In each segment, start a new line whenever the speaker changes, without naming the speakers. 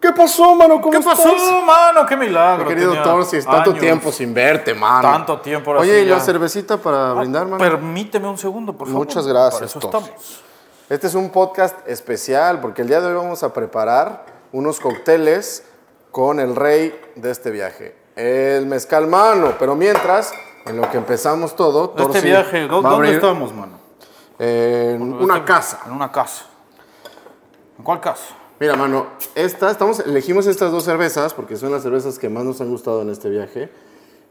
¿Qué pasó, mano? ¿Cómo
¿Qué pasó,
estás?
mano? Qué milagro.
Pues, Mi querido
tenía
Torsis, tanto
años.
tiempo sin verte, mano.
Tanto tiempo, ahora
Oye,
sí
¿y la
ya. Ah,
cervecita para brindar, mano?
Permíteme un segundo, por favor.
Muchas gracias,
Para eso
Torsis.
estamos.
Este es un podcast especial porque el día de hoy vamos a preparar unos cócteles con el rey de este viaje, el mezcal mano. Pero mientras, en lo que empezamos todo,
Este
Torsi
viaje, ¿dó-
va a
¿dónde
abrir, eh,
estamos, mano?
En una
Este-
casa.
En una casa. ¿En cuál casa?
Mira, mano, esta, estamos, elegimos estas dos cervezas porque son las cervezas que más nos han gustado en este viaje.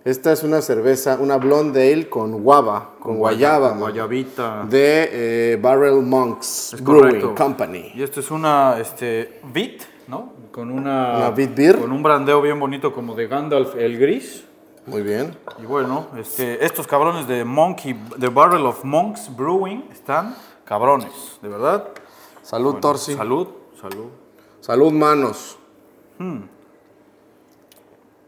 Esta es una cerveza, una blonde ale con guava, con, guayaba,
con
mano,
guayabita.
de eh, Barrel Monks
Es
Brewing
correcto.
Company.
Y esto es una este, Bit, ¿no? Con una.
Una Bit Beer.
Con un brandeo bien bonito como de Gandalf el Gris.
Muy bien.
Y bueno, este, estos cabrones de Monkey, de Barrel of Monks Brewing, están cabrones, de verdad.
Salud, Torsi.
Salud, salud.
Salud, manos.
Hmm.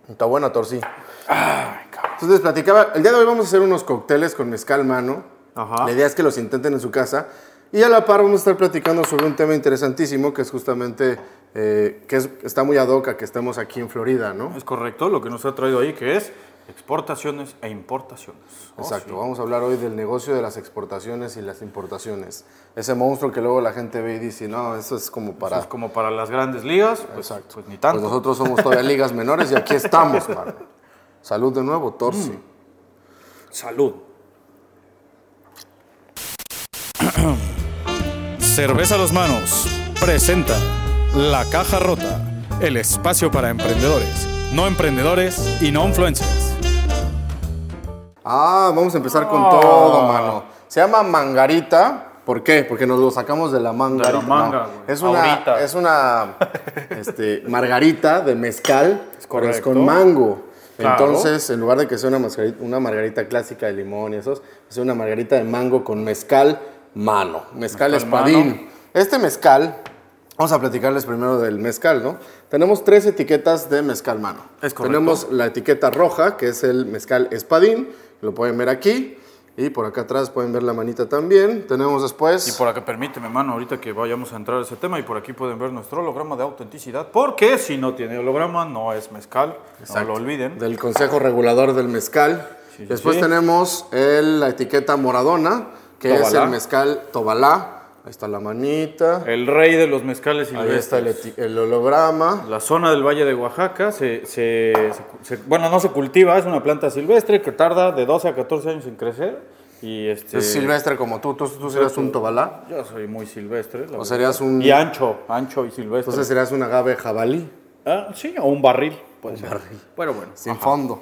Está buena, Torsi. Entonces les platicaba, el día de hoy vamos a hacer unos cócteles con mezcal mano.
Ajá.
La idea es que los intenten en su casa. Y a la par vamos a estar platicando sobre un tema interesantísimo que es justamente, eh, que es- está muy ad hoc a que estemos aquí en Florida, ¿no?
Es correcto lo que nos ha traído ahí, que es exportaciones e importaciones. Oh,
Exacto,
sí.
vamos a hablar hoy del negocio de las exportaciones y las importaciones. Ese monstruo que luego la gente ve y dice, no, eso es como para...
Eso es como para las grandes ligas, pues,
Exacto.
pues ni tanto.
Pues nosotros somos todavía ligas menores y aquí estamos, mano. Salud de nuevo, Torsi.
Salud.
Cerveza a los manos presenta La Caja Rota, el espacio para emprendedores, no emprendedores y no influencers.
Ah, vamos a empezar con todo, mano. Se llama mangarita. ¿Por qué? Porque nos lo sacamos de la manga.
De la manga,
No,
güey.
es una,
Ahorita.
es una este, margarita de mezcal, pero es
correcto.
con mango.
Claro.
Entonces, en lugar de que sea una margarita, una margarita clásica de limón y esos, es una margarita de mango con mezcal mano. Mezcal,
Mezcal
espadín.
mano.
Este mezcal, vamos a platicarles primero del mezcal, ¿no? Tenemos tres etiquetas de mezcal mano.
Es correcto.
Tenemos la etiqueta roja, que es el mezcal espadín, lo pueden ver aquí. Y por acá atrás pueden ver la manita también. Tenemos después...
Y por acá, permíteme, mano, ahorita que vayamos a entrar a ese tema, y por aquí pueden ver nuestro holograma de autenticidad, porque si no tiene holograma, no es mezcal,
Exacto.
no lo olviden.
Del Consejo Regulador del Mezcal.
Sí, sí,
Después
sí.
tenemos el- la etiqueta moradona, que es
Tobalá.
el mezcal Tobalá. Ahí está la manita.
El rey de los mezcales
Eh, Ahí está el,
silvestres.
eti- el holograma.
La zona del Valle de Oaxaca, se, se- se- se- bueno, no se cultiva, es una planta silvestre que tarda de 12 a 14 años en crecer. Y este,
Es silvestre como tú. Tú, tú serías un Tobalá.
Yo soy muy silvestre. la
O
verdad.
serías un...
Y ancho, ancho y silvestre.
Entonces serías un agave jabalí.
Ah, sí, o un barril. puede ser. Pero bueno.
Sin fondo.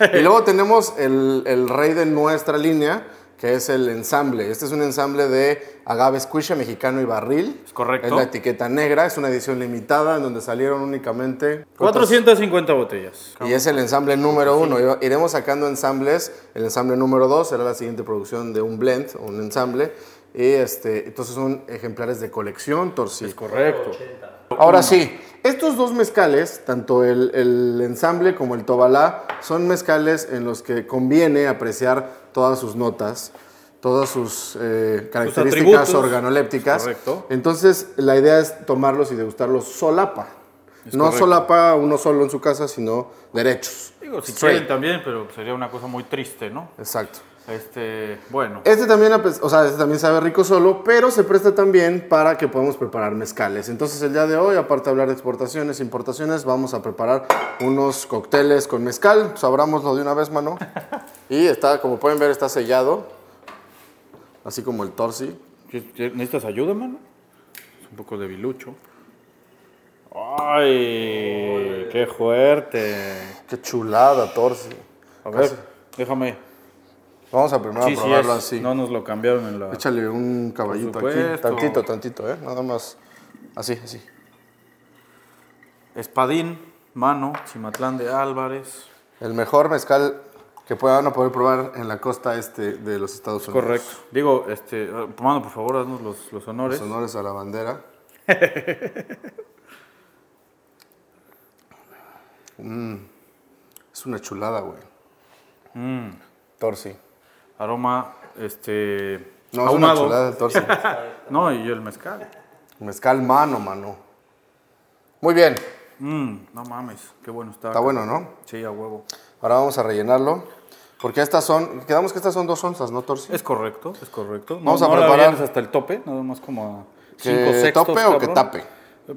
Y luego tenemos el, el rey de nuestra línea, que es el ensamble. Este es un ensamble de agave squisha mexicano y barril.
Es correcto.
Es la etiqueta negra, es una edición limitada en donde salieron únicamente...
450 botellas.
Y es el ensamble número uno. Yo- Iremos sacando ensambles. El ensamble número dos será la siguiente producción de un blend, o un ensamble. Y este, entonces son ejemplares de colección, torsi.
Correcto.
Ahora sí, estos dos mezcales, tanto el, el ensamble como el tobalá, son mezcales en los que conviene apreciar todas sus notas, todas sus eh, características
atributos.
organolépticas.
Correcto.
Entonces, la idea es tomarlos y degustarlos solapa. no
correcto.
solapa uno solo en su casa, sino derechos.
Digo, si
Straight.
quieren también, pero sería una cosa muy triste, ¿no?
Exacto.
Este, bueno.
Este también, apes- o sea, este también sabe rico solo, pero se presta también para que podamos preparar mezcales. Entonces, el día de hoy, aparte de hablar de exportaciones e importaciones, vamos a preparar unos cócteles con mezcal. Sabrámoslo de una vez, mano. Y está, como pueden ver, está sellado. Así como el torsi.
¿Necesitas ayuda, mano? Es un poco debilucho. ¡Ay! ¡Qué fuerte!
Qué chulada, torsi.
A ver, déjame.
Vamos a primero
Sí,
a
sí,
probarlo
es.
así.
No nos lo cambiaron en la.
Échale un caballito
Por
aquí.
supuesto.
Tantito, tantito, ¿eh? Nada más. Así, así.
Espadín, mano, Chimatlán de Álvarez.
El mejor mezcal que puedan a poder probar en la costa este de los Estados Unidos.
Correcto. Digo, este, eh, mano, por favor, haznos los, los honores.
Los honores a la bandera. Mm, Es una chulada, güey.
Mm,
Torsi.
Aroma, este.
No, es una
ahumado.
chulada el torsi.
No, y el mezcal.
mezcal mano, mano. Muy bien.
Mm, no mames, qué bueno está.
Está bueno, ¿no?
Sí, a huevo.
Ahora vamos a rellenarlo. Porque estas son, quedamos que estas son dos onzas, ¿no, Torsi?
Es correcto, es correcto. No-
Vamos a
no la
preparar-
rellenes hasta el tope, nada más como a
¿Que
cinco sextos,
tope o
cabrón.
que tape?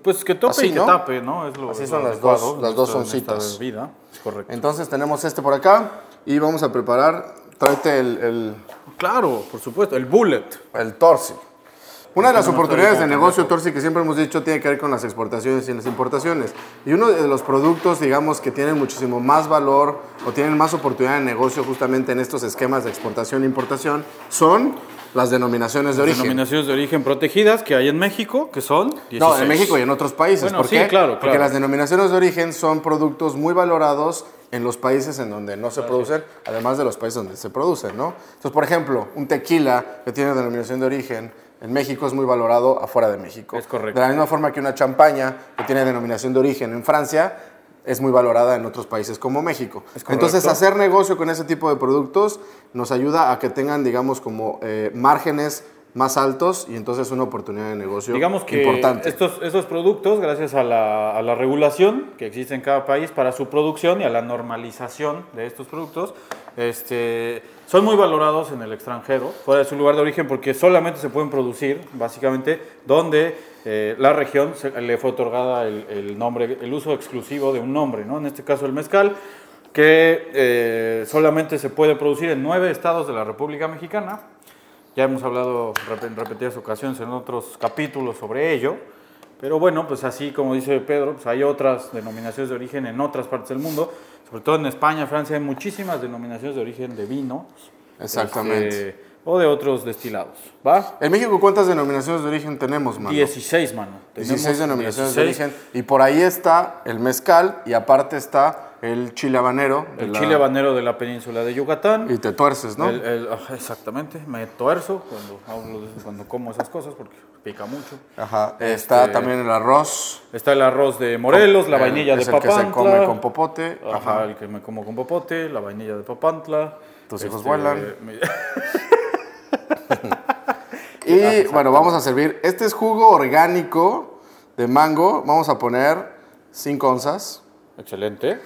Pues que tope
Así,
y que
¿no?
tape, ¿no? Es lo,
Así
es
son
lo
las
adecuado
dos-
en
las dos
esta- en esta
oncitas.
bebida, es correcto.
Entonces tenemos este por acá y vamos a preparar, tráete el, el,
Claro, por supuesto, el bullet.
el Torsi. Una de las
no estoy
oportunidades de
como
negocio Torsi que siempre hemos dicho tiene que ver con las exportaciones y las importaciones. Y uno de los productos, digamos, que tienen muchísimo más valor o tienen más oportunidad de negocio justamente en estos esquemas de exportación e importación son las denominaciones de origen.
Denominaciones de origen protegidas que hay en México, que son 16.
No, en México y en otros países.
Bueno,
¿Por
sí,
qué?
claro,
Porque
claro.
las denominaciones de origen son productos muy valorados en los países en donde no se producen, además de los países donde se producen, ¿no? Entonces, por ejemplo, un tequila que tiene denominación de origen en México es muy valorado afuera de México.
Es correcto.
De la misma forma que una champaña que tiene denominación de origen en Francia es muy valorada en otros países como México. Entonces,
correcto.
hacer negocio con ese tipo de productos nos ayuda a que tengan, digamos, como eh, márgenes más altos y entonces una oportunidad de negocio
Digamos que
importante.
Estos, estos productos, gracias a la, a la regulación que existe en cada país para su producción y a la normalización de estos productos, este, son muy valorados en el extranjero, fuera de su lugar de origen, porque solamente se pueden producir, básicamente, donde eh, la región se- le fue otorgada el, el nombre, el uso exclusivo de un nombre, ¿no? En este caso el mezcal que eh, solamente se puede producir en nueve estados de la República Mexicana, ya hemos hablado rep- en repetidas ocasiones en otros capítulos sobre ello, pero bueno, pues así como dice Pedro, pues hay otras denominaciones de origen en otras partes del mundo, sobre todo en España, Francia, hay muchísimas denominaciones de origen de vino.
Exactamente.
este, o de otros destilados, ¿va?
En México, ¿cuántas denominaciones de origen tenemos, mano?
16, mano.
16
Tenemos
denominaciones
16.
de origen. Y por ahí está el mezcal y aparte está el chile habanero. de
El
la-
chile habanero de la península de Yucatán.
Y te tuerces, ¿no?
El- el- ajá, exactamente, me tuerzo cuando, hablo de- cuando como esas cosas porque pica mucho.
Ajá. Está también el arroz.
Está el arroz de este, Morelos, la
El-
vainilla de
es el que
Papantla.
se come con popote.
Ajá,
Ajá.
el que me como con popote, la vainilla de Papantla. Este,
Tus hijos vuelan.
mi- Ah,
Y bueno, vamos a servir. Este es jugo orgánico de mango. Vamos a poner 5 onzas.
Excelente.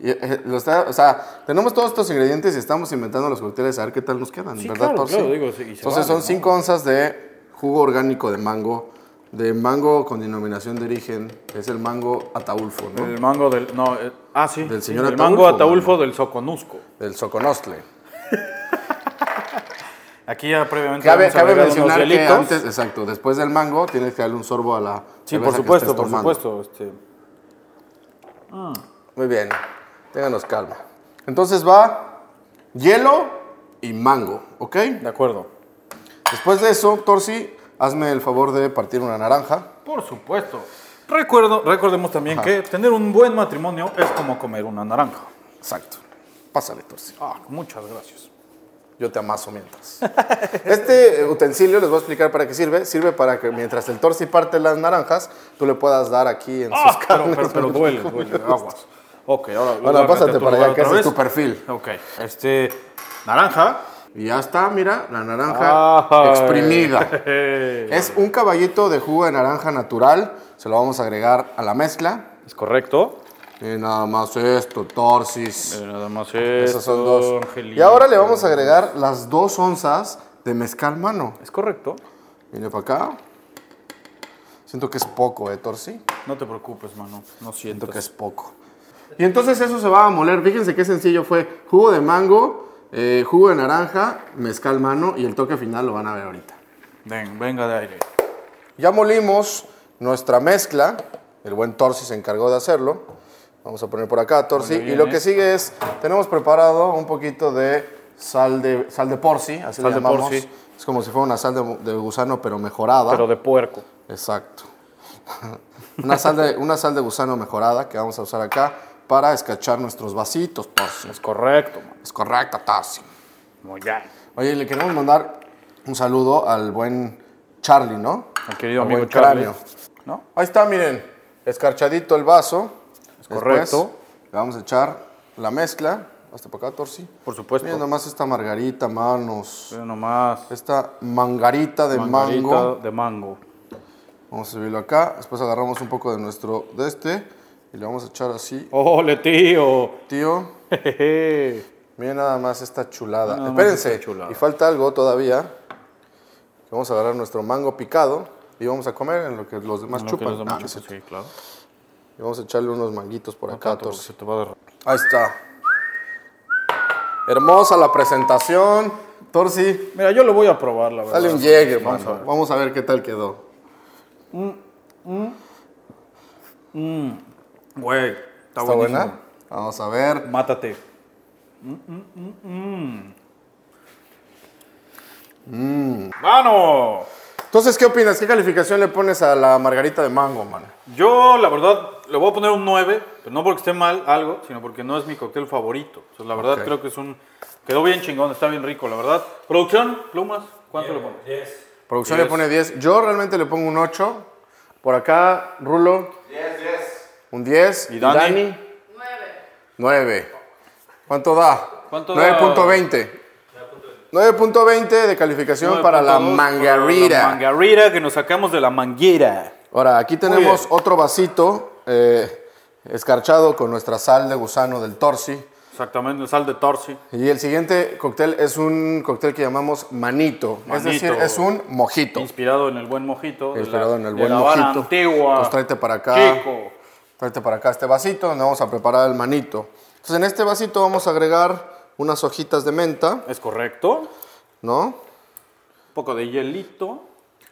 Y, eh, lo está- o sea, tenemos todos estos ingredientes y estamos inventando los cócteles a ver qué tal nos quedan,
Sí,
¿verdad,
claro,
Torsi?
claro, digo, sí, y se
Entonces
vale,
son
¿no?
5 onzas de jugo orgánico de mango, de mango con denominación de origen, que es el mango ataulfo, ¿no?
El mango del. No, eh, ah, sí.
Del
sí,
señor
El mango
Ataulfo,
Ataulfo del Soconusco.
Del soconostle.
Aquí ya previamente.
Cabe,
habíamos
cabe
agregado unos
mencionar que
hielitos.
antes, exacto, después del mango tienes que darle un sorbo a la
Sí,
cerveza
por
que
supuesto,
estés
por
tomando.
supuesto. Este,
Muy bien, ténganos calma. Entonces va hielo y mango, ¿ok?
de acuerdo.
Después de eso, Torsi, hazme el favor de partir una naranja.
Por supuesto. Recuerdo, recordemos también que tener un buen matrimonio es como comer una naranja.
Exacto. Pásale, Torsi.
Ah, muchas gracias.
Yo te amaso mientras. Este utensilio, les voy a explicar para qué sirve. Sirve para que mientras el torsi parte las naranjas, tú le puedas dar aquí en sus
Ah, pero,
carnes.
pero- pero duele, duele, aguas. Ok, ahora. lo voy a
Bueno,
meter a
pásate
tu
para
lugar
allá, que
otra
ese es
vez.
tu perfil.
Ok, este. Naranja.
Y ya está, mira, la naranja
Ay.
exprimida.
Eh,
Es un caballito de jugo de naranja natural. Se lo vamos a agregar a la mezcla.
Es correcto.
Y nada más esto, torsis.
Eh, Nada más
Esos son
esto,
dos.
angelito.
Y ahora le vamos a agregar las dos onzas de mezcal mano.
Es correcto.
Mire para acá. Siento que es poco, ¿eh, Torsi?
No te preocupes, mano. No siento.
Siento que es poco. Y entonces eso se va a moler. Fíjense qué sencillo fue. Jugo de mango, eh, jugo de naranja, mezcal mano y el toque final lo van a ver ahorita.
Ven, venga de aire.
Ya molimos nuestra mezcla. El buen Torsi se encargó de hacerlo. Vamos a poner por acá, Torsi.
Bueno,
y
bien,
lo
¿eh?
que sigue es, tenemos preparado un poquito de sal de, sal de porci, así
Sal
le
de
llamamos.
porci.
Es como si fuera una sal de, de gusano, pero mejorada.
Pero de puerco.
Exacto. una, sal de, una sal de gusano mejorada que vamos a usar acá para escachar nuestros vasitos, Tarsi.
Es correcto, mano.
Es correcta, Tarsi.
Muy bien.
Oye, le queremos mandar un saludo al buen Charlie, ¿no?
Al querido
Al
amigo
buen
Charlie.
cráneo.
¿No?
Ahí está, miren, escarchadito el vaso. Es
correcto.
Le vamos a echar la mezcla. Hasta para acá, Torsi.
Por supuesto.
Miren nomás esta margarita, manos.
Ve nomás.
Esta mangarita de
Mangarita
mango.
de mango.
Vamos a subirlo acá. Después agarramos un poco de nuestro de este Y le vamos a echar así.
¡Ole, tío!
Tío,
Jejeje.
miren nada más esta chulada.
Nada más
Espérense,
esta chulada.
y falta algo todavía. Vamos a agarrar nuestro mango picado y vamos a comer en lo que los demás
Lo que
chupan.
los demás
Ah, no
chupan,
es cierto.
sí, claro.
Y vamos a echarle unos manguitos por acá. a
Tanto porque
todos.
se te va a derramar.
Ahí está. Hermosa la presentación. Torsi,
Mira, yo lo voy a probar, la verdad.
dale un Jäger,
Vamos
mano.
a ver.
Vamos a ver qué tal quedó.
Güey, está,
¿Está
buenísimo.
buena? Vamos a ver.
Mátate. Mm,
Mm.
¡Mano!
Entonces, ¿qué opinas? ¿Qué calificación le pones a la margarita de mango, man?
Yo, la verdad, le voy a poner un 9, pero no porque esté mal algo, sino porque no es mi cóctel favorito. Entonces, la verdad,
Ok.
creo que es un. Quedó bien chingón, está bien rico, la verdad. Producción, plumas, ¿cuánto le pones?
Producción
Diez.
le pone 10. Yo realmente le pongo un 8. Por acá, Rulo. 10, 10. Un 10.
¿Y Dani?
9. ¿Cuánto da?
¿Cuánto da?
9.20. 9.20 de calificación para la
9.2
mangarita.
La mangarita que nos sacamos de la manguera.
Ahora, aquí tenemos
bien.
otro vasito eh, escarchado con nuestra sal de gusano del torsi.
Exactamente, sal de torsi.
Y el siguiente cóctel es un cóctel que llamamos manito. Es
Manito.
decir, es un mojito.
Inspirado en el buen mojito. de la-
Inspirado en el
de
buen
la Habana
mojito.
antigua.
Pues tráete para acá.
Chico.
Tráete para acá este vasito, donde vamos a preparar el manito. Entonces, en este vasito vamos a agregar unas hojitas de menta,
Es correcto. Un
¿no?
poco de hielito.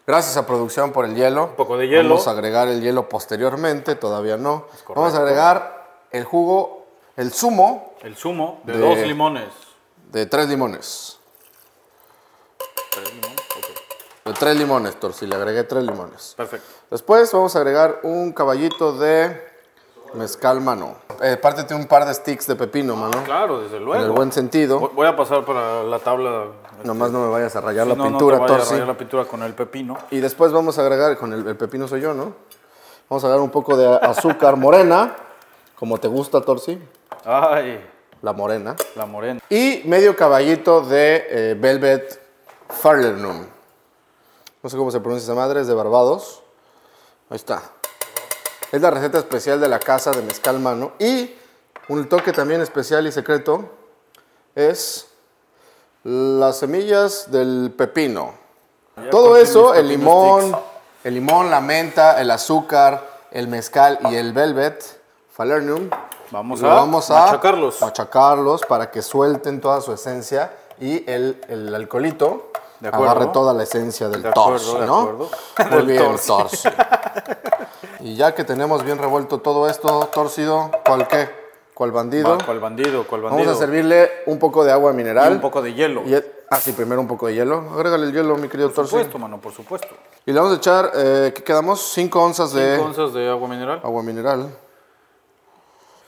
Gracias a producción por el hielo. Un
poco de hielo.
Vamos a agregar el hielo posteriormente, todavía no. Vamos a agregar el jugo, el zumo
El zumo de,
De-
dos limones.
de tres limones. De tres limones, Torsi, le agregué tres limones.
Perfecto.
Después vamos a agregar un caballito de mezcal mano. Eh, pártete un par de sticks de pepino, mano.
Ah, Claro, desde luego.
En el buen sentido.
Voy- Voy a pasar para la tabla.
Nomás no me vayas a rayar
Si
la
no,
pintura,
no te vaya a
Torsi.
rayar la pintura con el pepino.
Y después vamos a agregar, con el, el pepino soy yo, ¿no? Vamos a agregar un poco de azúcar morena, como te gusta, Torsi,
Ay,
la morena.
la morena.
Y medio caballito de eh, Velvet Farlernum. No sé cómo se pronuncia esa madre, es de Barbados. Ahí está. Es la receta especial de la casa de mezcal mano. Y un toque también especial y secreto es las semillas del pepino.
Ya
Todo
corté
eso,
mis
el
pepinos
limón,
sticks.
el limón, la menta, el azúcar, el mezcal y el velvet falernum.
Vamos
lo
a
vamos a
machacarlos.
machacarlos para que suelten toda su esencia y el, el alcoholito
De acuerdo.
agarre toda la esencia del
De acuerdo,
torso,
de
¿no?
acuerdo.
Muy
Del
bien,
torsi.
torsi. Y ya que tenemos bien revuelto todo esto, torcido, ¿cuál qué? ¿Cuál bandido?
Va, ¿Cuál bandido? ¿Cuál bandido?
Vamos a servirle un poco de agua
Y
mineral.
un poco de hielo.
Y- ah, sí, primero un poco de hielo. Agrégale el hielo, mi querido
Por
Torsi.
supuesto, mano, por supuesto.
Y le vamos a echar, eh, ¿qué quedamos? 5 onzas de
Cinco onzas de agua mineral.
agua mineral.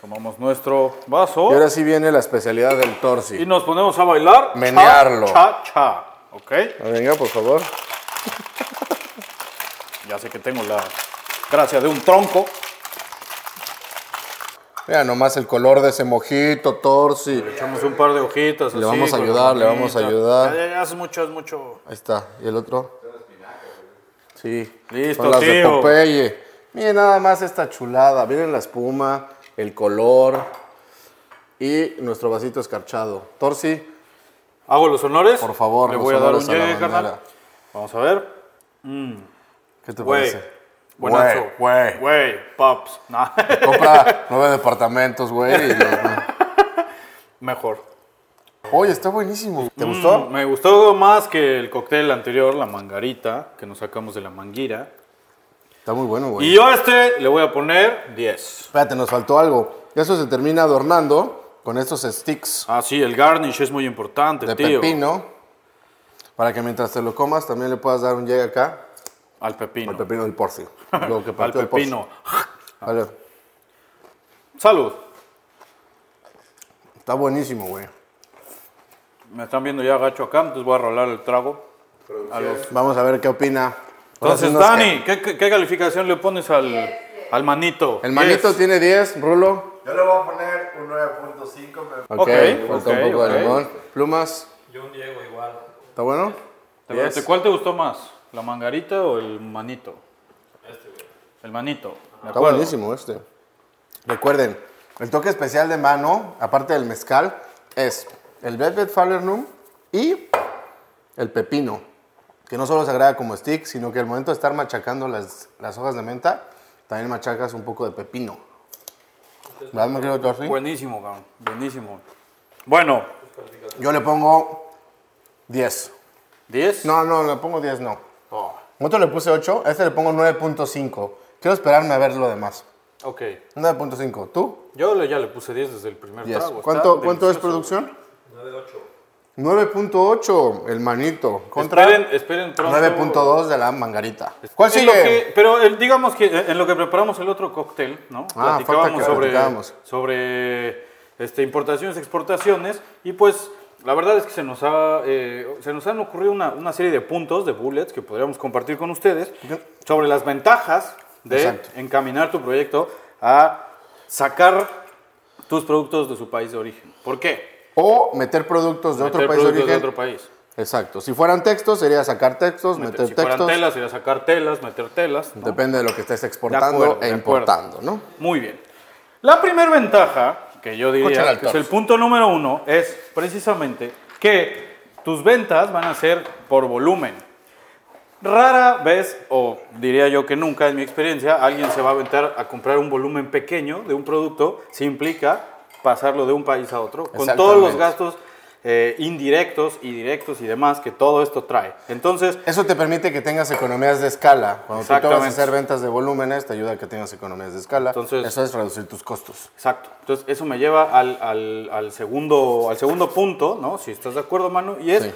Tomamos nuestro vaso
Y ahora sí viene la especialidad del
y
torsi.
nos ponemos a bailar. cha,
Menearlo.
Cha, cha. ¿Ok?
Ah, Venga, por favor.
Ya sé que tengo la gracia de un tronco.
Mira nomás el color de ese mojito, torsi.
Le echamos un par de hojitas.
Le
así,
vamos a
con la
ayudar, le vamos a
manita.
ayudar.
Ya, ya, ya, es mucho, es mucho.
Ahí está. ¿Y el otro? Sí.
Listo,
Son las de
tío.
Popeye. Miren nada más esta chulada. Miren la espuma, el color y nuestro vasito escarchado. Torsi,
Hago los honores.
Por favor,
le
los
voy a dar un
honores a la
llegue, carnal.
bandera.
Vamos a ver.
¿qué te
Güey.
parece?
Buenazo.
Güey, güey.
Güey, paps. Nah.
Compra nueve departamentos, güey. y los-
Mejor.
Oye, está buenísimo.
Mm.
¿Te gustó?
Me gustó más que el cóctel anterior, la mangarita, que nos sacamos de la manguira.
Está muy bueno, güey.
Y yo a este le voy a poner 10.
Espérate, nos faltó algo. Y eso se termina adornando con estos sticks
Ah, sí, el garnish es muy importante,
de
tío.
pepino. Para que mientras te lo comas también le puedas dar un llegue acá
Al pepino.
al pepino del porci. Lo que
Al
partió el porci.
pepino.
Vale.
Salud.
Está buenísimo, güey.
Me están viendo ya gacho acá, entonces voy a rolar el trago. A los-
Vamos a ver qué opina. Ahora sí
Entonces,
nos
Dani, ¿qué, qué- qué calificación le pones al, al manito?
queda. El manito
10.
tiene 10, Rulo.
Yo le voy a poner un 9.5. me-
Ok,
Ok,
faltó
ok,
un poco
ok.
de limón. Plumas,
Yo un Diego igual.
¿está bueno?
Te pregunto, ¿Cuál te gustó más? ¿La mangarita o el manito? El manito. de
Está
acuerdo.
buenísimo este. Recuerden, el toque especial de mano, aparte del mezcal, es el Velvet Falernum y el pepino, que no solo se agrega como stick, sino que al momento de estar machacando las, las hojas de menta, también machacas un poco de pepino. ¿Verdad, mi querido Torsi?
Buenísimo, cabrón. Buenísimo. Bueno,
Yo le pongo 10.
10.
No, no, le pongo 10, no. Otro le puse 8, a este le pongo 9.5. Quiero esperarme a ver lo demás.
Ok.
9.5. ¿Tú?
Yo le- ya le puse 10 desde el primer
10.
trago.
¿Cuánto,
Está
¿cuánto es
delicioso.
producción? 9.8. 9.8, el manito. Contra
Esperen, esperen pronto.
9.2 de la mangarita. ¿Cuál
En lo
sigue?
que- pero el- digamos que eh, en lo que preparamos el otro cóctel, ¿no?
Ah, falta que
sobre,
platicábamos.
sobre este, importaciones, exportaciones, y pues la verdad es que se nos, ha, eh, se nos han ocurrido una, una serie de puntos, de bullets, que podríamos compartir con ustedes,
Yo-
sobre las ventajas de
Exacto.
encaminar tu proyecto a sacar tus productos de su país de origen. ¿Por qué?
O meter productos de otro
Meter
país de
productos
origen.
de otro país.
Exacto. Si fueran textos, sería sacar textos, meter,
si fueran
textos.
telas, ir a sacar telas, meter telas. ¿no?
Depende de lo que estés
De
exportando
acuerdo,
e
de acuerdo.
importando, ¿no?
Muy bien. La primera ventaja, que yo
Escúchala al
diría que es
torso.
el punto número uno, es precisamente que tus ventas van a ser por volumen. Rara vez, o diría yo que nunca en mi experiencia, alguien se va a aventar a comprar un volumen pequeño de un producto si implica pasarlo de un país a otro, con todos los
Exactamente.
gastos eh, indirectos y directos y demás que todo esto trae. Entonces,
Eso te permite que tengas economías de escala. Cuando tú te vas a
Exactamente.
hacer ventas de volúmenes, te ayuda a que tengas economías de escala.
Entonces-
Eso es reducir tus costos.
Exacto. Entonces, eso me lleva al, al- al segundo, al segundo punto, ¿no? Si estás de acuerdo, Manu, y es,
Sí.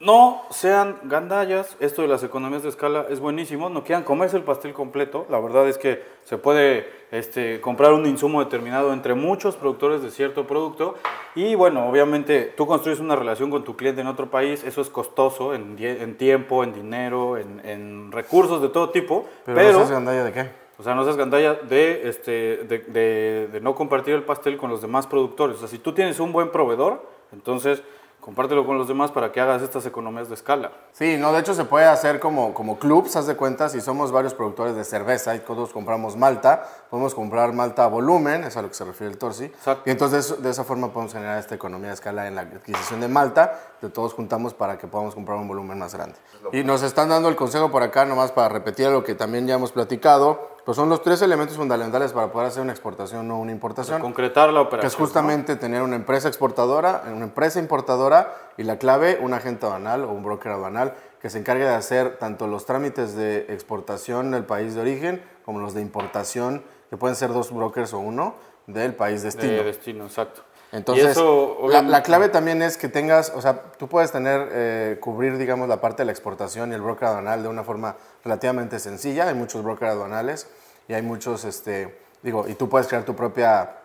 no sean gandallas, esto de las economías de escala es buenísimo, no quieran comerse el pastel completo, la verdad es que se puede este, comprar un insumo determinado entre muchos productores de cierto producto, y bueno, obviamente tú construyes una relación con tu cliente en otro país, eso es costoso en, die- en tiempo, en dinero, en, en recursos de todo tipo, pero...
Pero, ¿no seas gandalla de qué?
O sea, no seas gandalla de, este, de, de- de no compartir el pastel con los demás productores. O sea, si tú tienes un buen proveedor, entonces compártelo con los demás para que hagas estas economías de escala.
Sí, no, de hecho se puede hacer como, como clubs, haz de cuenta, si somos varios productores de cerveza y todos compramos malta, podemos comprar malta a volumen, es a lo que se refiere el torsi.
Exacto.
Y entonces de esa forma podemos generar esta economía de escala en la adquisición de malta, de todos juntamos para que podamos comprar un volumen más grande. Y nos están dando el consejo por acá, nomás para repetir lo que también ya hemos platicado, pues son los tres elementos fundamentales para poder hacer una exportación o una importación.
Concretar la
Que
operación.
es justamente tener una empresa exportadora, una empresa importadora y la clave, un agente aduanal o un broker aduanal que se encargue de hacer tanto los trámites de exportación del país de origen como los de importación, que pueden ser dos brokers o uno, del país
¿no?
destino.
de destino, exacto. Y
Entonces,
eso,
la,
obviamente,
la clave también es que tengas, o sea, tú puedes tener, eh, cubrir, digamos, la parte de la exportación y el broker aduanal de una forma relativamente sencilla. Hay muchos brokers aduanales y hay muchos, este, digo, y tú puedes crear tu propia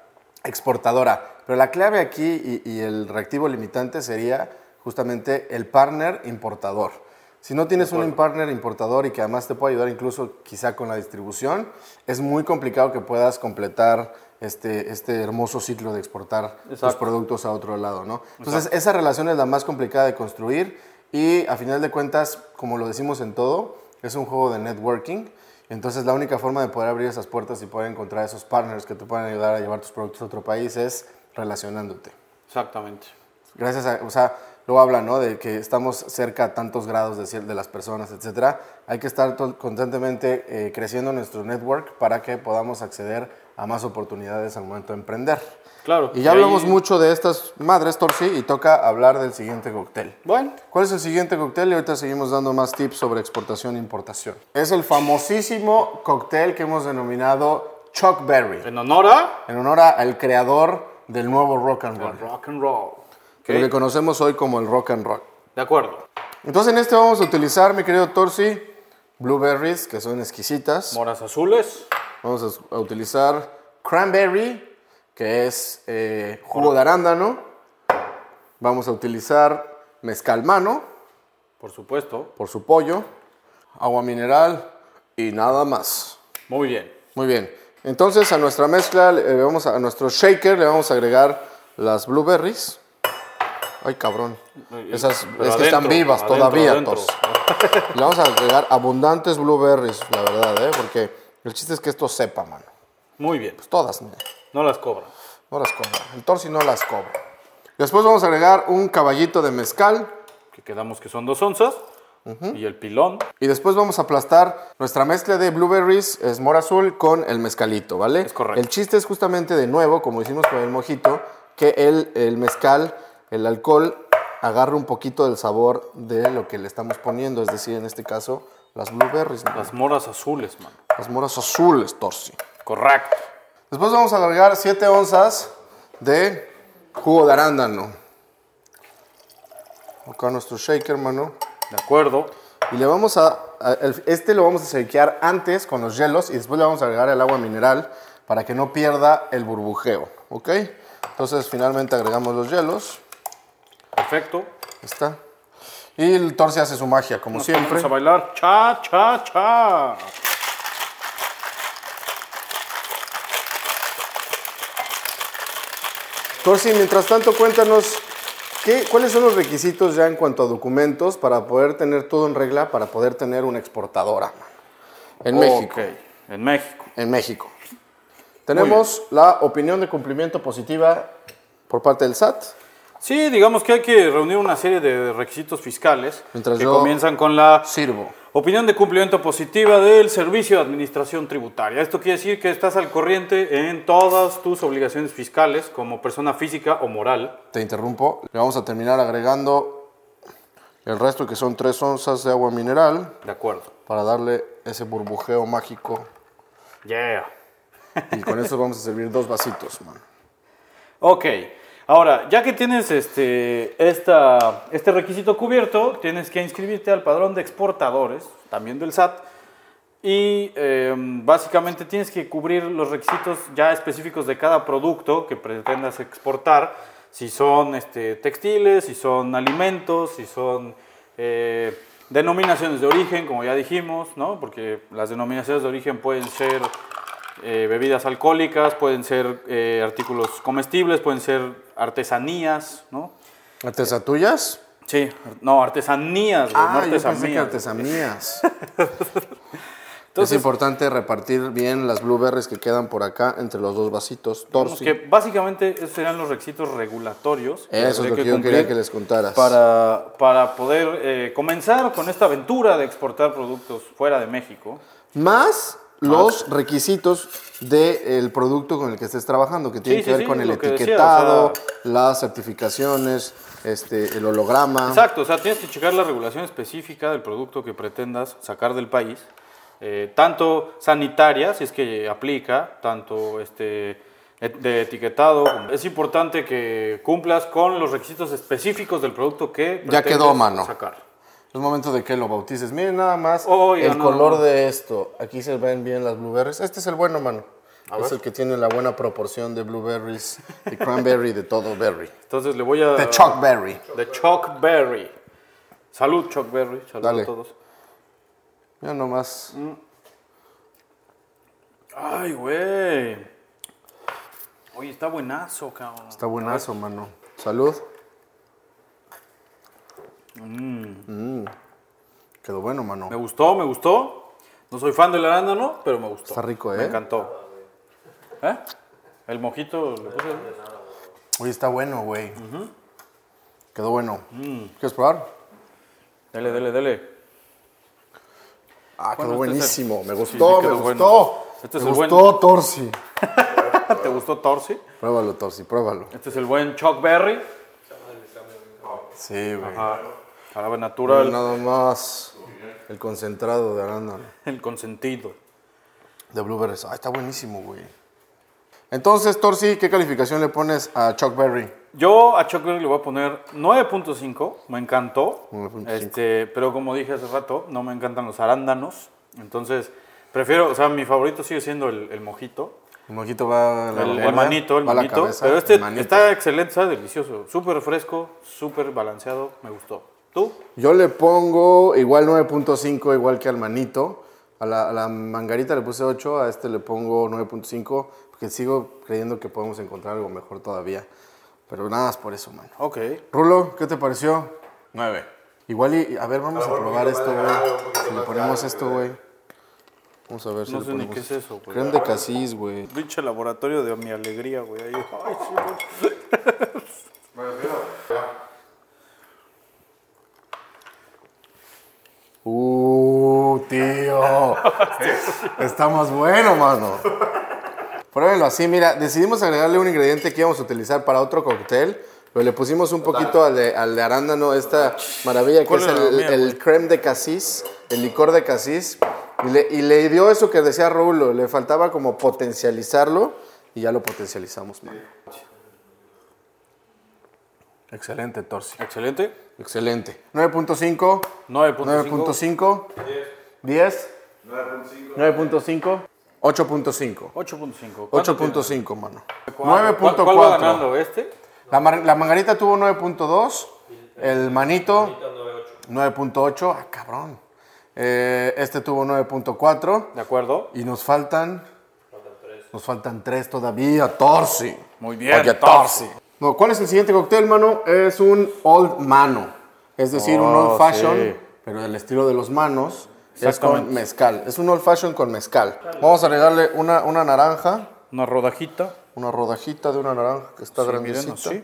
exportadora. Pero la clave aquí y, y el reactivo limitante sería justamente el partner importador. Si no tienes un partner importador y que además te pueda ayudar incluso quizá con la distribución, es muy complicado que puedas completar este, este hermoso ciclo de exportar tus
Exacto.
productos a otro lado, ¿no? Entonces, esa relación es la más complicada de construir y a final de cuentas, como lo decimos en todo, es un juego de networking. Entonces, la única forma de poder abrir esas puertas y poder encontrar esos partners que te puedan ayudar a llevar tus productos a otro país es relacionándote.
Exactamente.
Gracias a, o sea, luego habla, ¿no? De que estamos cerca a tantos grados de, cier- de las personas, etcétera. Hay que estar to- constantemente eh, creciendo nuestro network para que podamos acceder a más oportunidades al momento de emprender.
Claro.
Y ya hablamos
ahí-
mucho de estas madres, Torsi, y toca hablar del siguiente cóctel.
Bueno,
¿Cuál es el siguiente cóctel? Y ahorita seguimos dando más tips sobre exportación e importación. Es el famosísimo cóctel que hemos denominado Chuckberry,
en honor a
en honor al creador del nuevo rock and roll,
rock and roll. ¿ok?
lo que conocemos hoy como el rock and roll.
De acuerdo.
Entonces en este vamos a utilizar, mi querido Torsi, blueberries, que son exquisitas.
Moras azules.
Vamos a, a utilizar cranberry, que es eh, jugo de arándano. Vamos a utilizar mezcalmano
Por supuesto.
por su pollo, agua mineral y nada más.
Muy bien.
Muy bien. Entonces a nuestra mezcla, le- eh, vamos a, a nuestro shaker le vamos a agregar las blueberries. Ay, cabrón. Esas
Pero
es que están
adentro,
vivas
adentro,
todavía,
adentro.
tos. Le vamos a agregar abundantes blueberries, la verdad, ¿eh? Porque el chiste es que esto sepa, mano.
Muy bien.
Pues todas, mira.
No las cobra.
No las cobra. El torsi no las cobra. Después vamos a agregar un caballito de mezcal.
Que quedamos que son dos onzas. Y el pilón.
Y después vamos a aplastar nuestra mezcla de blueberries, es mora azul, con el mezcalito, ¿vale?
Es correcto.
El chiste es justamente de nuevo, como hicimos con el mojito, que el, el mezcal, el alcohol, agarre un poquito del sabor de lo que le estamos poniendo, es decir, en este caso, las blueberries, ¿no? las,
Las moras azules, man.
moras azules, torsi.
Correcto.
Después vamos a agregar 7 onzas de jugo de arándano. Acá nuestro shaker, hermano.
De acuerdo.
Y le vamos a, a- el- este lo vamos a shakear antes con los hielos y después le vamos a agregar el agua mineral para que no pierda el burbujeo, ¿ok? Entonces finalmente agregamos los hielos,
Perfecto.
ahí está. Y el torce hace su magia, como siempre.
Vamos a bailar. Cha, cha, cha.
Torsi, mientras tanto cuéntanos, ¿qué, ¿cuáles son los requisitos ya en cuanto a documentos para poder tener todo en regla, para poder tener una exportadora en México?
Ok, En México.
en México. Tenemos la opinión de cumplimiento positiva por parte del SAT.
Sí, digamos que hay que reunir una serie de requisitos fiscales
Mientras
que
yo-
comienzan con la
Sirvo.
opinión de cumplimiento positiva del Servicio de Administración Tributaria. Esto quiere decir que estás al corriente en todas tus obligaciones fiscales como persona física o moral.
Te interrumpo. Le vamos a terminar agregando el resto que son tres onzas de agua mineral
De acuerdo.
para darle ese burbujeo mágico.
Yeah.
Y con eso vamos a servir dos vasitos, man.
Ok. Ahora, ya que tienes este, esta, este requisito cubierto, tienes que inscribirte al padrón de exportadores, también del SAT, y eh, básicamente tienes que cubrir los requisitos ya específicos de cada producto que pretendas exportar, si son este, textiles, si son alimentos, si son eh, denominaciones de origen, como ya dijimos, ¿no? porque las denominaciones de origen pueden ser eh, bebidas alcohólicas, pueden ser eh, artículos comestibles, pueden ser artesanías, ¿no?
¿Artesatuyas?
Sí, ar- no, artesanías, güey, no
Ah, yo pensé que
artesanías.
artesanías. es
Entonces-
importante repartir bien las blueberries que quedan por acá entre los dos vasitos.
Digamos
Torsi.
que básicamente esos serían los requisitos regulatorios. que
Eso es
habría
lo que yo quería
cumplir
que les contaras.
Para, para poder eh, comenzar con esta aventura de exportar productos fuera de México. Ah,
Más los requisitos del producto con el que estés trabajando, que tiene
Sí,
que
sí,
ver
sí,
con el
lo que decía,
etiquetado,
o sea-
las certificaciones, este, el holograma.
Exacto, o sea, tienes que checar la regulación específica del producto que pretendas sacar del país, eh, tanto sanitaria, si es que aplica, tanto este, et- de etiquetado. Es importante que cumplas con los requisitos específicos del producto que
Ya
pretendes
quedó, mano.
sacar.
Es momento de que lo bautices. Miren nada más
Oiga,
el
Oh, no,
color
no.
de esto. Aquí se ven bien las blueberries. Este es el bueno, mano. Es el que tiene la buena proporción de blueberries, de cranberry, de todo berry.
Entonces le voy a...
De chalkberry.
De Chuck Berry. Salud, Chuck Berry. Salud
Dale.
a todos.
Ya nomás.
Ay, güey. Oye, está buenazo, cabrón.
Está buenazo, mano. Salud. Mm. Quedó bueno, mano.
Me gustó, me gustó. No soy fan del arándano, pero me gustó.
Está rico, ¿eh?
Me encantó. ¿Eh? El mojito le puse.
Oye, está bueno, güey. Quedó bueno.
Mm.
¿Quieres probar?
Dele, dele, dele.
Ah, quedó
Bueno, este es el-
buenísimo. Me
sí, sí,
gustó, me
quedó bueno.
gustó.
Este es
me
el
gustó, Torsi.
¿Te gustó Torsi?
Pruébalo, Torsi, pruébalo.
Este es el buen Chuck Berry.
Sí, güey.
Ah, jarabe natural.
Nada más el concentrado de arándano.
El consentido.
De blueberries. Ah, está buenísimo, güey. Entonces, Torsi, ¿qué calificación le pones a Chuck Berry?
Yo a Chuck Berry le voy a poner 9.5, me encantó.
9.5.
Este, pero como dije hace rato, no me encantan los arándanos. Entonces, prefiero, o sea, mi favorito sigue siendo el, el mojito.
El mojito va a la
El, el
vanguardia,
manito, el
va a la
manito.
cabeza,
pero este
el manito.
está excelente, está delicioso. Súper fresco, súper balanceado, me gustó. ¿Tú?
Yo le pongo igual 9.5, igual que al manito. A la, a la mangarita le puse 8, a este le pongo 9.5, porque sigo creyendo que podemos encontrar algo mejor todavía. Pero nada más por eso, mano.
Ok.
Rulo, ¿qué te pareció? 9. Igual y, a ver, vamos a
mejor un
probar
poquito
esto,
más
güey.
grave, un poquito
Si le
más
ponemos
grave,
esto,
güey.
güey. Vamos a ver si
No
le
sé ni
ponemos
qué es eso, pues, güey.
Creme de casis, güey.
Pinche laboratorio de mi alegría, güey. Ahí.
Me refiero.
Uh, tío. Está más bueno, mano. Pruébenlo así, mira, decidimos agregarle un ingrediente que íbamos a utilizar para otro cóctel. Pero le pusimos un poquito al de, al de arándano, esta maravilla que
¿Cuál
es
era la
el,
mía,
el
güey?
creme de casis, el licor de casis. Y le, y le dio eso que decía Raúl, le faltaba como potencializarlo y ya lo potencializamos, mano. Excelente, Torsi.
Excelente.
Excelente. 9.5.
9.5.
9.5. 10.
9.5.
9.5. 8.5.
8.5. ¿Cuánto tiene?
8.5, mano.
¿Cuál- ¿Cuál va
9.4.
ganando? ¿Este?
La, mar- la mangarita tuvo 9.2. El manito 9.8. Ah, cabrón. Eh, este tuvo 9.4.
¿De acuerdo?
Y nos faltan. Nos faltan 3 todavía. Torsi.
Muy bien,
Oye,
Torsi.
Torsi. No, ¿Cuál es el siguiente cóctel, mano? Es un old mano. Es decir, un
Oh,
old fashion,
sí.
pero del estilo de los manos. Es
Exactamente.
con mezcal. Es un old fashion con mezcal. Vamos a agregarle una, una naranja.
Una rodajita.
Una rodajita de una naranja que está
Sí, miren,
grandecita.
así.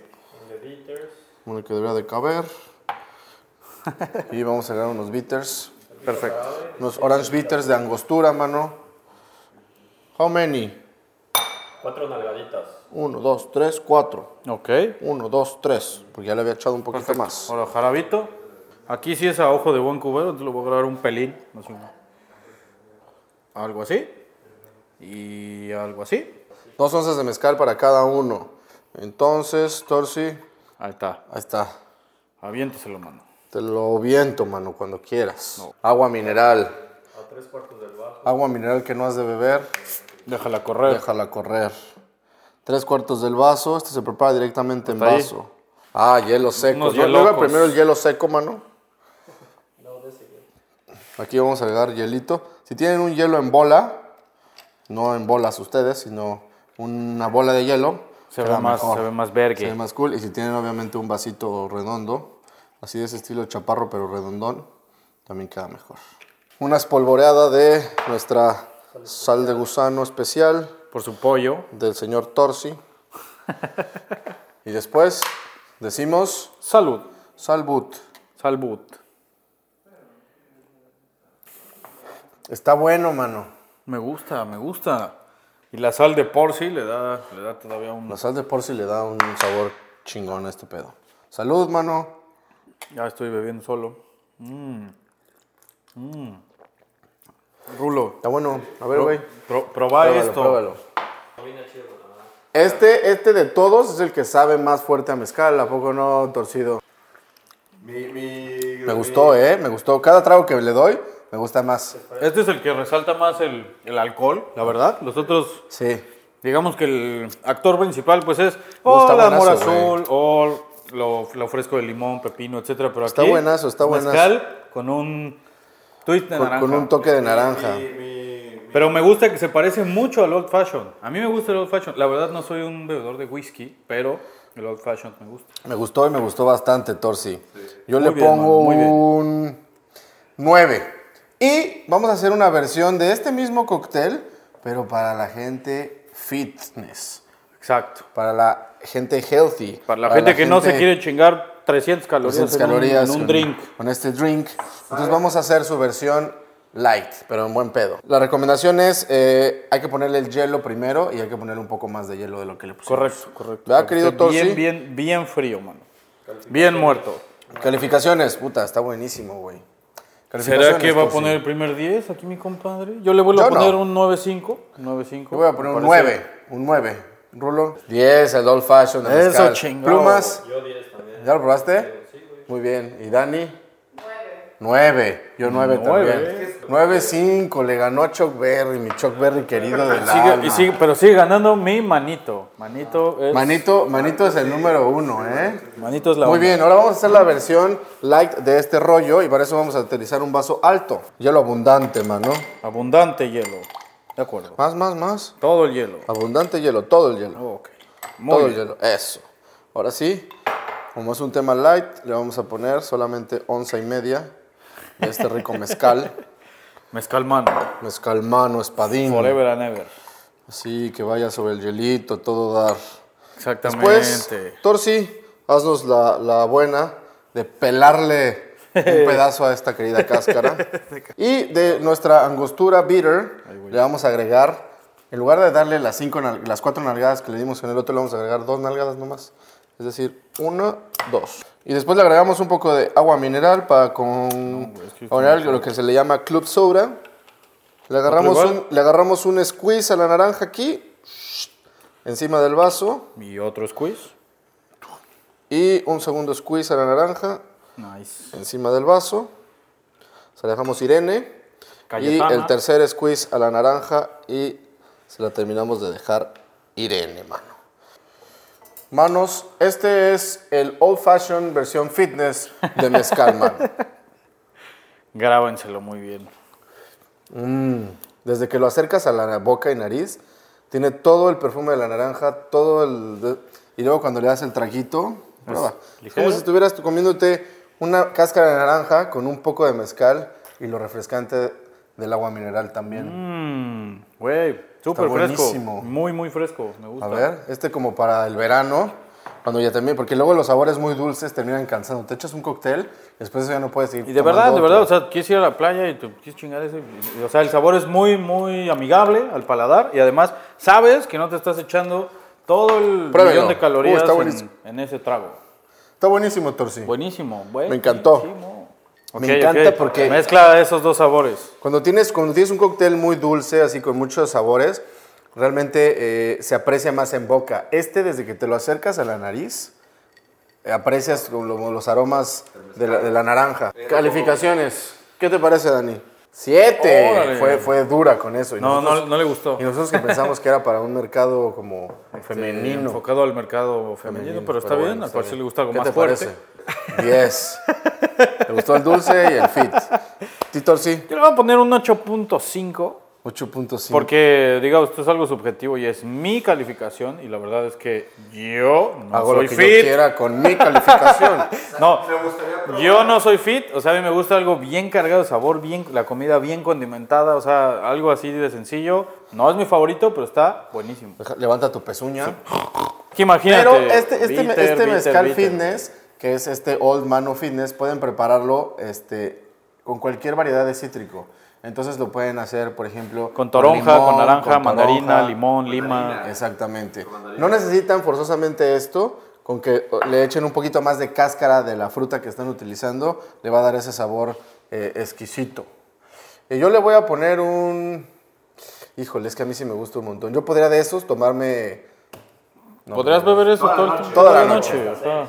Una que debería de caber. y vamos a agregar unos bitters.
Perfecto.
Unos orange bitters de angostura, mano. How many?
Cuatro nalgaditas.
1, 2, 3, 4.
Ok.
1, 2, 3. Porque ya le había echado un poquito
Perfecto.
más.
Ahora, jarabito. Aquí sí es a ojo de buen cubero, te lo voy a grabar un pelín. así, Algo así. Y algo así.
Dos onzas de mezcal para cada uno. Entonces, Torsi, ahí
Ahí está.
está.
Aviéntese lo mano.
Te lo viento, mano, cuando quieras. Agua mineral.
A tres cuartos del bajo.
Agua mineral que no has de beber,
Déjala correr.
déjala correr. Tres cuartos del vaso. Este se prepara directamente en
ahí.
vaso. Ah, hielo seco.
Unos
Yo luego
hielocos.
primero el hielo seco, mano. Aquí vamos a agregar hielito. Si tienen un hielo en bola, no en bolas ustedes, sino una bola de hielo,
Se ve,
queda
más,
mejor.
se ve más
Se ve
vergue.
más cool. Y si tienen obviamente un vasito redondo, así de ese estilo chaparro pero redondón, también queda mejor. Una espolvoreada de nuestra sal de gusano especial
Por su pollo.
del señor Torsi. y después decimos
Salud.
salbut.
Salud.
Está bueno, mano.
Me gusta, me gusta. Y la sal de por sí le da, le da todavía un...
La sal de Torsi le da un sabor chingón a este pedo. Salud, mano.
Ya estoy bebiendo solo. Mm. Mm. Rulo,
Está bueno. A ver, güey.
pro- probá
Pruébalo,
esto.
pruébalo. Este, este de todos es el que sabe más fuerte a mezcal, ¿a poco no, torcido?
Mi, mi.
Me gustó, ¿eh? Me gustó. Cada trago que le doy, me gusta más.
Este es el que resalta más el, el alcohol, la verdad. Los otros,
Sí.
digamos que el actor principal, pues es
Oh,
o
está
la
buenazo,
mora
güey.
azul, o lo, lo fresco de limón, pepino, etcétera. Pero
Está
aquí,
buenazo, está buenazo.
mezcal con un twist de
Con,
naranja.
con un toque de naranja.
Mi, mi.
Pero me gusta que se parece mucho al Old Fashioned. A mí me gusta el Old Fashioned. La verdad no soy un bebedor de whisky, pero el Old Fashioned me gusta.
Me gustó y me gustó bastante, Torsi. Yo
Muy
le
bien,
pongo
mano, muy bien.
un 9. Y vamos a hacer una versión de este mismo cóctel, pero para la gente fitness,
Exacto.
para la gente healthy.
Para la gente que no se
gente-
quiere chingar 300 calorías,
300
en un-
calorías
en un,
con-
drink.
Con este drink. Entonces vamos a hacer su versión light, pero en buen pedo. La recomendación es, eh, hay que ponerle el hielo primero y hay que ponerle un poco más de hielo de lo que le pusimos.
Correcto, correcto.
¿Verdad, querido
Está
Torsi?
Bien, bien, bien frío, mano. Bien muerto.
Calificaciones, puta, está buenísimo, güey.
¿Será que
Calificaciones, pues
va a
Torsi.
poner el primer 10 aquí mi compadre? Yo le vuelvo
Yo
a poner
no.
un 9.5. 9.5.
Yo voy a poner un
Me
9,
parece-
un 9. Rulo. 10, el old fashion. el
Eso,
mezcal.
chingado.
Plumas,
Yo diez también.
¿ya lo probaste? Muy bien. ¿Y Dani? 9. Yo 9
Nueve.
también. 9, 5. Le ganó a Chuck Berry, mi Chuck Berry querido del
Sigue-
alma.
y sigue- pero sigue ganando mi manito. Manito es.
Manito, Manito es el número uno, ¿eh?
Manito es la
Muy
onda.
bien, ahora vamos a hacer la versión light de este rollo y para eso vamos a utilizar un vaso alto. Hielo abundante, mano.
Abundante hielo. De acuerdo.
Más, más, más.
Todo el hielo.
Abundante hielo, todo el hielo.
Ok. Muy
Ah, Todo el
bien.
hielo, eso. Ahora sí, como es un tema light, le vamos a poner solamente once y media de este rico mezcal.
Mezcal mano.
Mezcal mano, espadín.
Forever and ever.
Así que vaya sobre el hielito, todo dar.
Exactamente.
Después, Torsi, haznos la, la buena de pelarle un pedazo a esta querida cáscara. Y de nuestra angostura bitter, le vamos a agregar, en lugar de darle las, cinco, nal- las cuatro nalgadas que le dimos en el otro, le vamos a agregar dos nalgadas nomás. Es decir, una, dos. Y después le agregamos un poco de agua mineral para con agua mineral, lo que se le llama club soda. Le agarramos,
igual?
un, le agarramos un squeeze a la naranja aquí, encima del vaso.
Y otro squeeze.
Y un segundo squeeze a la naranja
Nice.
encima del vaso. Se la dejamos Irene.
Cayetana.
Y el tercer squeeze a la naranja y se la terminamos de dejar Irene, mano. Manos, este es el old fashion versión fitness de mezcal, mano.
Grábenselo muy bien.
Desde que lo acercas a la boca y nariz, tiene todo el perfume de la naranja, todo el... de- y luego cuando le das el traguito, prueba. Es
ligero.
como si estuvieras tú comiéndote una cáscara de naranja con un poco de mezcal y lo refrescante del agua mineral también.
Mmm, güey, súper fresco.
buenísimo.
Muy, muy fresco. Me gusta.
a ver, este como para el verano, cuando ya termine, porque luego los sabores muy dulces terminan cansando. Te echas un cóctel, después ya no puedes seguir
Y de
tomando
verdad, de verdad,
otro.
o sea, quieres ir a la playa y te quieres chingar ese. y- y- O sea, el sabor es muy, muy amigable al paladar y además sabes que no te estás echando todo el
Pruébelo.
millón de
Uh,
calorías
está
en,
buenísimo.
en ese trago.
Está buenísimo, Torsi.
Buenísimo, güey.
Me encantó.
buenísimo.
Me
Ok,
encanta
ok.
porque-
Mezcla esos dos sabores.
Cuando tienes, cuando tienes un cóctel muy dulce, así con muchos sabores, realmente eh, se aprecia más en boca. Este, desde que te lo acercas a la nariz, eh, aprecias lo- lo- los aromas de la, de la naranja. Calificaciones. ¿Qué te parece, Dani?
Órale.
Siete. Fue, fue dura con eso. Y
No, no,
nosotros-
no le gustó.
Y nosotros que pensamos que era para un mercado como femenino.
Eh, Enfocado al mercado Este, femenino, pero está bien,
bueno,
al
está
parecer
bien.
le gusta algo
¿Qué
más
te
fuerte.
parece? Diez. ¿Te gustó el dulce y el fit? Titor, sí.
Yo le voy a poner un 8.5.
8.5.
Porque, diga, esto es algo subjetivo y es mi calificación y la verdad es que yo no
Hago
soy
lo que yo
fit.
quiera con mi calificación.
no,
Me gustaría probar.
yo no soy fit, o sea, a mí me gusta algo bien cargado de sabor, bien, la comida bien condimentada, o sea, algo así de sencillo. No es mi favorito, pero está buenísimo.
Deja- Levanta tu pezuña.
Que imagínate.
Pero este, este, me-
bitter,
este
bitter,
mezcal
bitter.
fitness, que es este Old Mano Fitness, pueden prepararlo este, con cualquier variedad de cítrico. Entonces lo pueden hacer, por ejemplo,
Con toronja, con,
limón,
naranja,
con
mandarina,
toronja.
limón, lima.
Exactamente. No necesitan forzosamente esto, con que o, le echen un poquito más de cáscara de la fruta que están utilizando, le va a dar ese sabor eh, exquisito. Y yo le voy a poner un... Híjole, es que a mí sí me gusta un montón. Yo podría de esos tomarme
Podrías beber eso todo el- toda,
Toda
la
la
noche. o sea.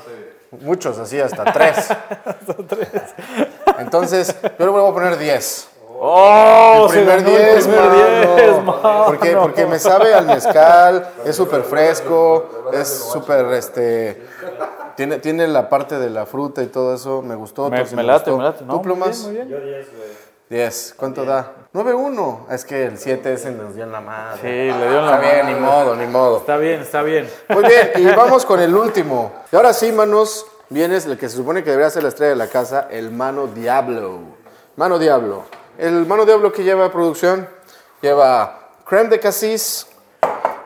muchos, así hasta tres. Entonces, yo le voy a poner 10.
¡Oh! se
primer
ganó el
10,
primer diez, mano.
Porque, porque me sabe al mezcal, es súper fresco, es súper, este, tiene, tiene la parte de la fruta y todo eso, me gustó.
Me-
Torsi,
me late,
gustó.
me late, ¿no?
¿Tú, Plumas?
Muy bien, muy
Yo 10, güey.
10, ¿cuánto da? 9-1, es que el 7 ese nos dio en la madre.
Sí, le dio la
Está bien, ni
mano.
modo, ni modo.
Está bien, está bien.
Muy bien, y vamos con el último. Y ahora sí, manos, vienes el que se supone que debería ser la estrella de la casa, el Mano Diablo. Mano Diablo. El Mano Diablo que lleva producción lleva creme de cassis,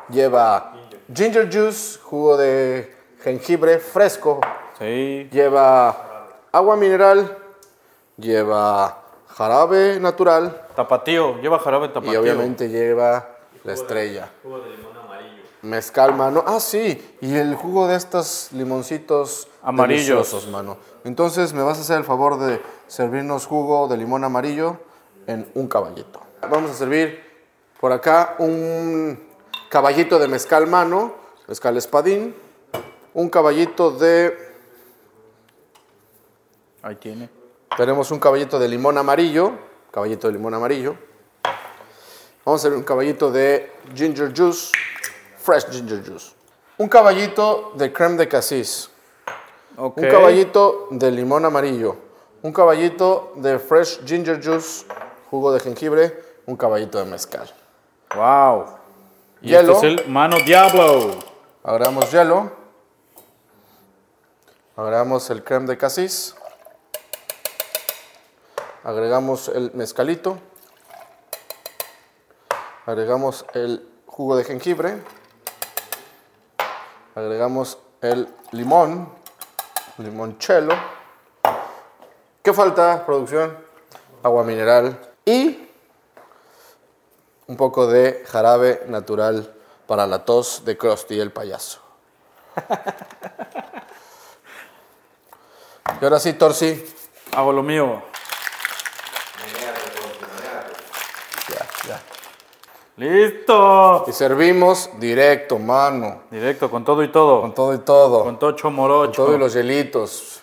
lleva ginger juice, jugo de jengibre fresco,
Sí.
lleva agua mineral, lleva jarabe natural
Tapatío, lleva jarabe tapatío.
y obviamente lleva la estrella.
Jugo de limón amarillo.
Mezcal, mano. Ah, sí. Y el jugo de estos limoncitos
Amarillos.
deliciosos, mano. Entonces, me vas a hacer el favor de servirnos jugo de limón amarillo en un caballito. Vamos a servir por acá un caballito de mezcal, mano. Mezcal espadín. Un caballito de...
Ahí tiene.
Tenemos un caballito de limón amarillo. Caballito de limón amarillo. Vamos a hacer un caballito de ginger juice. Fresh ginger juice. Un caballito de creme de cassis.
Ok.
Un caballito de limón amarillo. Un caballito de fresh ginger juice. Jugo de jengibre. Un caballito de mezcal.
Wow. Y
Hielo.
este es el Mano Diablo.
Agregamos hielo. Agregamos el creme de cassis. Agregamos el mezcalito. Agregamos el jugo de jengibre. Agregamos el limón. Limonchelo. ¿Qué falta, producción? Agua mineral. Y un poco de jarabe natural para la tos de Krusty el payaso. Y ahora sí, Torsi.
Hago lo mío.
Ya, ya.
¡Listo!
Y servimos directo, mano.
Directo, con todo y todo.
Con todo y todo.
Con tocho morocho.
Con todo y los hielitos.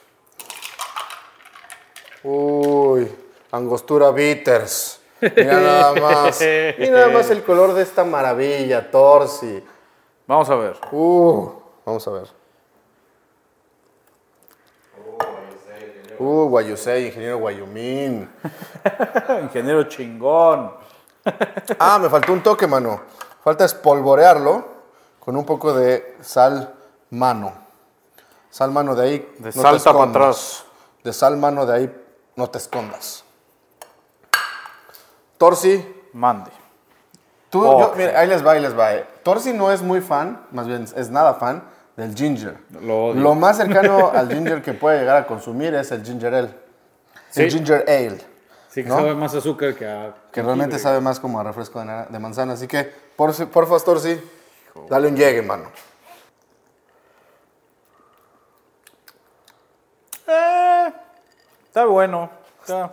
Uy, angostura bitters. Mira nada más. Mira nada más el color de esta maravilla, Torsi.
Vamos a ver.
Uh, vamos a ver. Uh, Guayusei, ingeniero Guayumín.
Ah, Ingeniero chingón.
Ah, me faltó un toque, mano. Falta espolvorearlo con un poco de sal mano. Sal mano de ahí.
De salta pa'
escondas.
atrás.
De sal mano de ahí, no te escondas. Torsi,
Mande.
tú,
Oh.
yo- mira, ahí les va, ahí les va. eh. Torsi no es muy fan, más bien es nada fan del ginger.
Lo odio.
más cercano al ginger que puede llegar a consumir es el ginger ale. El
Sí.
ginger ale.
Sí, que
¿No?
sabe más azúcar que a.
que realmente sabe más como a refresco de, nara- de manzana. Así que, por, si- por favor, sí, dale un llegue, mano.
Eh, está bueno. Está-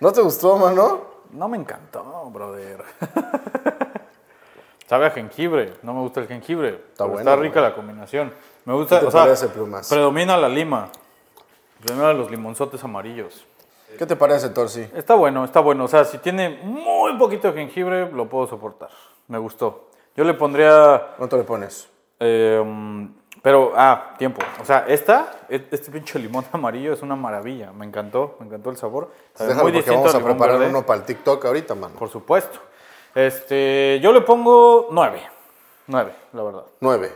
¿No te gustó, mano?
No me encantó, brother. Sabe a jengibre. No me gusta el jengibre. Está,
bueno,
está rica
güey.
la combinación. Me gusta.
te
o sea,
parece, Plumas?
Predomina la lima. Predomina los limonzotes amarillos.
¿Qué te parece, Torsi?
Está bueno, está bueno. O sea, si tiene muy poquito de jengibre, lo puedo soportar. Me gustó. Yo le pondría.
¿Cuánto le pones?
eh, pero, ah, tiempo. O sea, esta, e- este pinche limón amarillo es una maravilla. Me encantó, me encantó el sabor. Sabe
Déjalo porque vamos
al
a
limón
preparar
verde,
uno para el TikTok ahorita, mano.
Por supuesto. Este, yo le pongo nueve. Nueve, la verdad.
Nueve.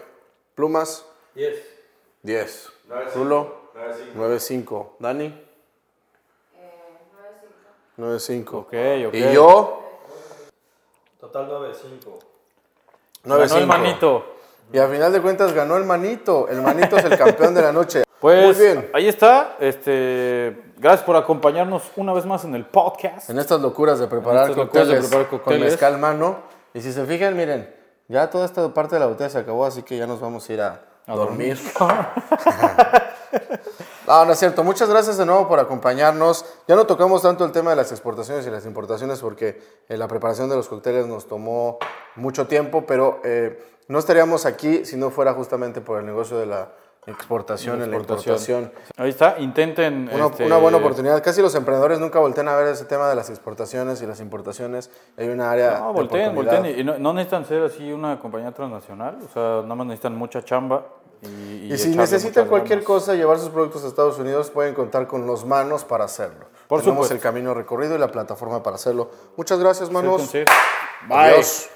Plumas,
10.
diez. Rulo, nueve cinco. Dani, nueve cinco.
Ok, Eh, ok.
Y yo,
Total 9, 5.
nueve
Ganó el
cinco.
manito.
Y al final de cuentas ganó el manito. El manito es el campeón de la noche.
Pues
Muy bien.
ahí está. Este, gracias por acompañarnos una vez más en el podcast.
Pues En estas locuras de preparar,
estas locuras de
cócteles,
preparar
con
cócteles.
mezcal mano. Y si se fijan, miren, ya toda esta parte de la botella se acabó, así que ya nos vamos a ir a, dormir. No, no es cierto. Muchas gracias de nuevo por acompañarnos. Ya no tocamos tanto el tema de las exportaciones y las importaciones porque eh, la preparación de los cócteles nos tomó mucho tiempo, pero eh, no estaríamos aquí si no fuera justamente por el negocio de la exportación, en la importación.
Ahí está, intenten.
Una,
este,
una buena oportunidad. Casi los emprendedores nunca voltean a ver ese tema de las exportaciones y las importaciones. Hay una área.
No,
de
Ah, volteen,
oportunidad.
volteen. Y no, no necesitan ser así una compañía transnacional. O sea, nada más necesitan mucha chamba. Y, y
Y, si
echarle
necesitan
muchas
cualquier
ganas.
cosa, llevar sus productos a Estados Unidos, pueden contar con los manos para hacerlo.
Por
Tenemos
supuesto.
el camino recorrido y la plataforma para hacerlo. Muchas gracias, manos.
Acérquense.
Adiós.